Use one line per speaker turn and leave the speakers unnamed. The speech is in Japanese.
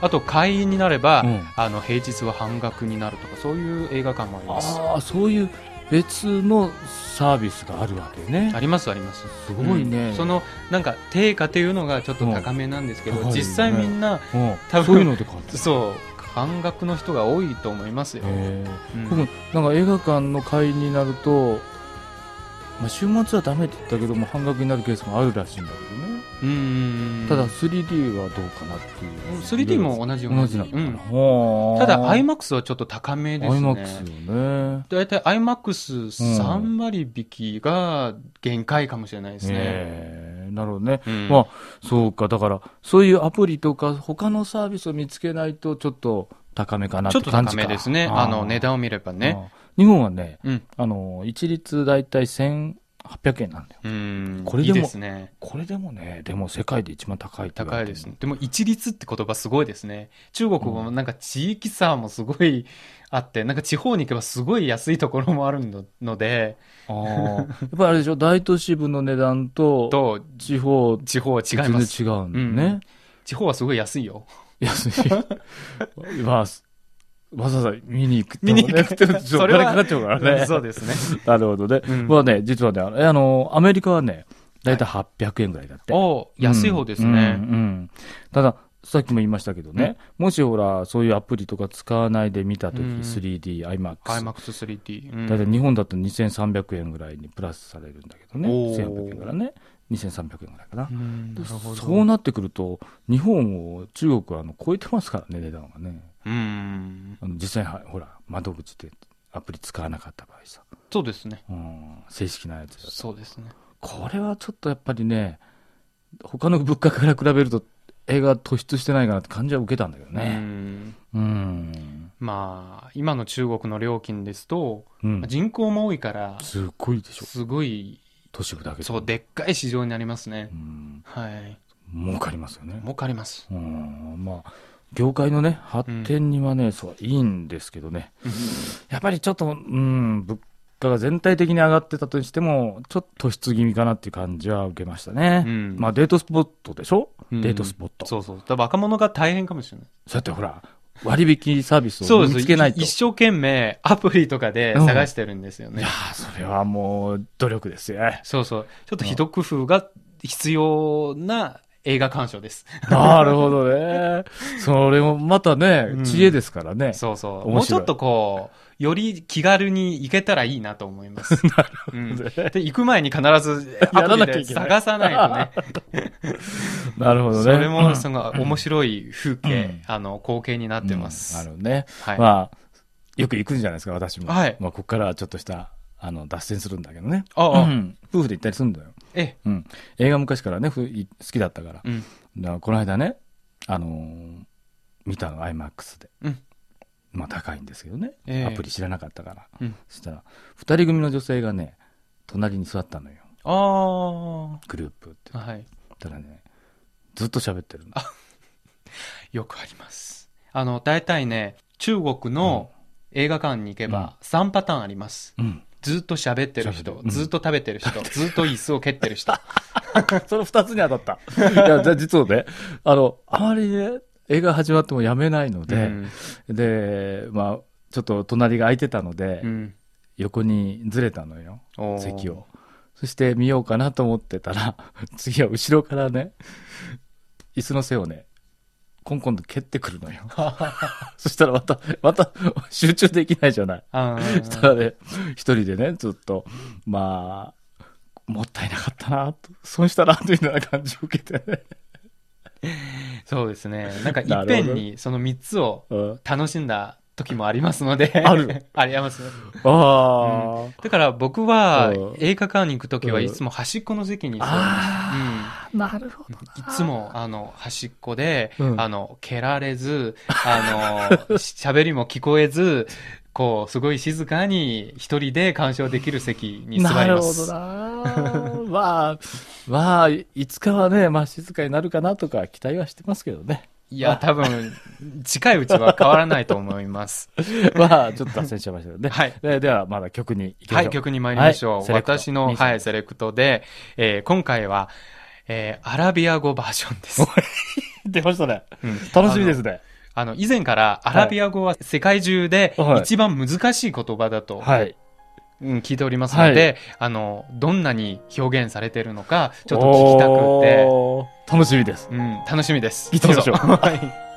あと会員になれば、
うん
あの平日は半額になるとかそういう映画館もありますあ
ああそういう別のサービスがあるわけね
りますあります
すごいね、
うんそのなんか定価というのがちょっと高めなんですけど、
うん高いよね
実際みんな
うん
多分
そういうのとかあって
そう半額の人が多いと思いますよ、
へ
うん
ー僕なんか映画館の会員になると、まあ、週末はダメって言ったけども半額になるケースもあるらしいんだけどね、
うんうんうん
ただ 3D はどうかなっていう
うん 3D も同じよう
同
な
じなのか
う
な、
ん
はー
ただ IMAX はちょっと高めですね
IMAX よね
大体 IMAX3 割引きが限界かもしれないですね。
えーなるほどね
うん
まあそうかだからそういうアプリとか他のサービスを見つけないとちょっと高めかなっ
ちょ
て
っと
感
高
じか
めですね。あの、値段を見ればね。
あー日本はね、
うん
あの一律だいたい1800円なんだよ
うん。
これでも
いいですね。
これでもねでも世界で一番高いって言わ
高
れ
い
て
で
る
すね。でも一律って言葉すごいですね。中国もなんか地域差もすごいあって、なんか地方に行けばすごい安いところもあるのので、
あーやっぱりあれでしょ大都市部の値段と
と、
地方
地方は違います。
全然違うんだよね、
地方はすごい安いよ。
安い まあわざわざ見に行くと
見に行くと
ね ちょっと
そ
お
れは
金かかっちゃうからね
そうですね。
なるほどね、
うん
まあね実はねあのえあのアメリカはねだいたい800円ぐらいだって、
お安い方です
うん
ね。
うんうんたださっきも言いましたけどね、もしほらそういうアプリとか使わないで見た時、
うん
3D、IMAX、
IMAX3D。うん
だいたい日本だと2300円ぐらいにプラスされるんだけどね、
おー
1800円からね、2300円ぐらいかな。
うんなるほど
そうなってくると、日本を中国はあの超えてますからね、値段がね。
うん。
あの実際は、ほら、窓口でアプリ使わなかった場合さ、
そうですね。
うん、正式なやつだと
そうですね。
これはちょっとやっぱりね、他の物価から比べると、映画突出してないかなって感じは受けたんだけど
う
ね。
ん
うん。
まあ、今の中国の料金ですと、
うん。
人口も多いから、
すっごいでしょ。
すごい、
都市部だけで。
そう、でっかい市場になりますね
う。ん。
はい。
儲かりますよね。
儲かります。
うんまあ、業界のね、発展にはね、そういいんですけどね、やっぱりちょっと、うん、物価が全体的に上がってたとしても、ちょっと突出気味かなっていう感じは受けましたね。
うん
まあ、デートスポットでしょ、
うん
デートスポット。そ
そうそう。だから若者が大変かもしれない。
うやってほら、割引サービス
そ
を
う
見
で
つ
す。
けないと。
一生懸命アプリとかで探してるんですよ
い
ね
や。ーそれはもう努力 ですよ。
そうそう。ちょっと一工夫が必要な映画鑑賞です。
なるほどね。 それもまたね、
うん
知恵ですからね。
そうそう。も
面
うち
白い
ょっとこう、より気軽に行けたらいいなと思います。 うんで、行く前に必ず
や
ア
ら
プ
な
リ
きゃい
で
けない
探さ ないとね。
なるほどね。
それ
うん
も、その、面白い風景、
うん
あの、光景になってます。
うんなるほどね。
はい。
まあ、よく行くんじゃないですか、私も。
はい
まあ、ここからはちょっとした、あの、脱線するんだけどね。
ああ、
うん夫婦で行ったりするんだよ。
え、
うん。映画昔からね、ふい好きだったから。
うん。
だからこの間ね、あのー見たの、IMAX で。
うん
まあ、高いんですけどね。
ええ
アプリ知らなかったから。
うん
そしたら、二人組の女性がね、隣に座ったのよ。
ああ
グループって。
はい。
たらね、ずっと喋ってるの。
よくあります。あの、大体ね、中国の映画館に行けば3パターンあります。
うん。
ずっと喋ってる人
喋って、るうん
ずっと食べ てる人、ずっと椅子を蹴ってる人。
その二つに当たった。 いや、じゃあ実はね、あの、あまりね、映画始まってもやめないの
う
で、
ん
で、まあ、ちょっと隣が空いてたので、
うん
横にずれたのよ、
おー
席 を。そして見ようかなと思ってたら、 次は後ろからね、椅子の背をね、コンコンと蹴ってくるのよ。 そしたらまた、また集中できないじゃない。
あ
そし
ー
た らね、一人でね、ずっと、まあ、もったいなかったな、と損したな、というような感じを受けてね。
そうですね。なんかいっ
なる
ぺ
ほど
んにその3つを
うん
楽しんだ時もありますので。
ある
ありますね。
あ
だから僕は
うん
映画館に行く時は
うん
いつも端っこの席に座る
あ、なるほど
うんいつもあの端っこで、
うん
あの、蹴られず、あの、し喋りも聞こえず、こう、すごい静かに一人で鑑賞できる席に座
な
り
る
ま
ほど
す。
な。 まあ、まあ、いつかはね、まあ静かになるかなとか期待はしてますけどね。
いや、多分、近いうちは変わらないと思い ます。
まあ、ちょっと脱線しちゃいましたけどね。
はい
で。では、まだ曲に行きま
は
しょう。
い、曲に参りましょう。
はいセレクト
私の、はい、セレクトで、えー今回は、えーアラビア語バージョンです。
出ましたね。
うん
楽しみですね。
あの、以前からアラビア語は世界中で
はい
一番難しい言葉だと、
はい。
うん聞いておりますので、あの、どんなに表現されてるのか、ちょっと聞きたくて、
おー楽しみです。
うん、楽しみです。
聞いてみましょう
どぞはい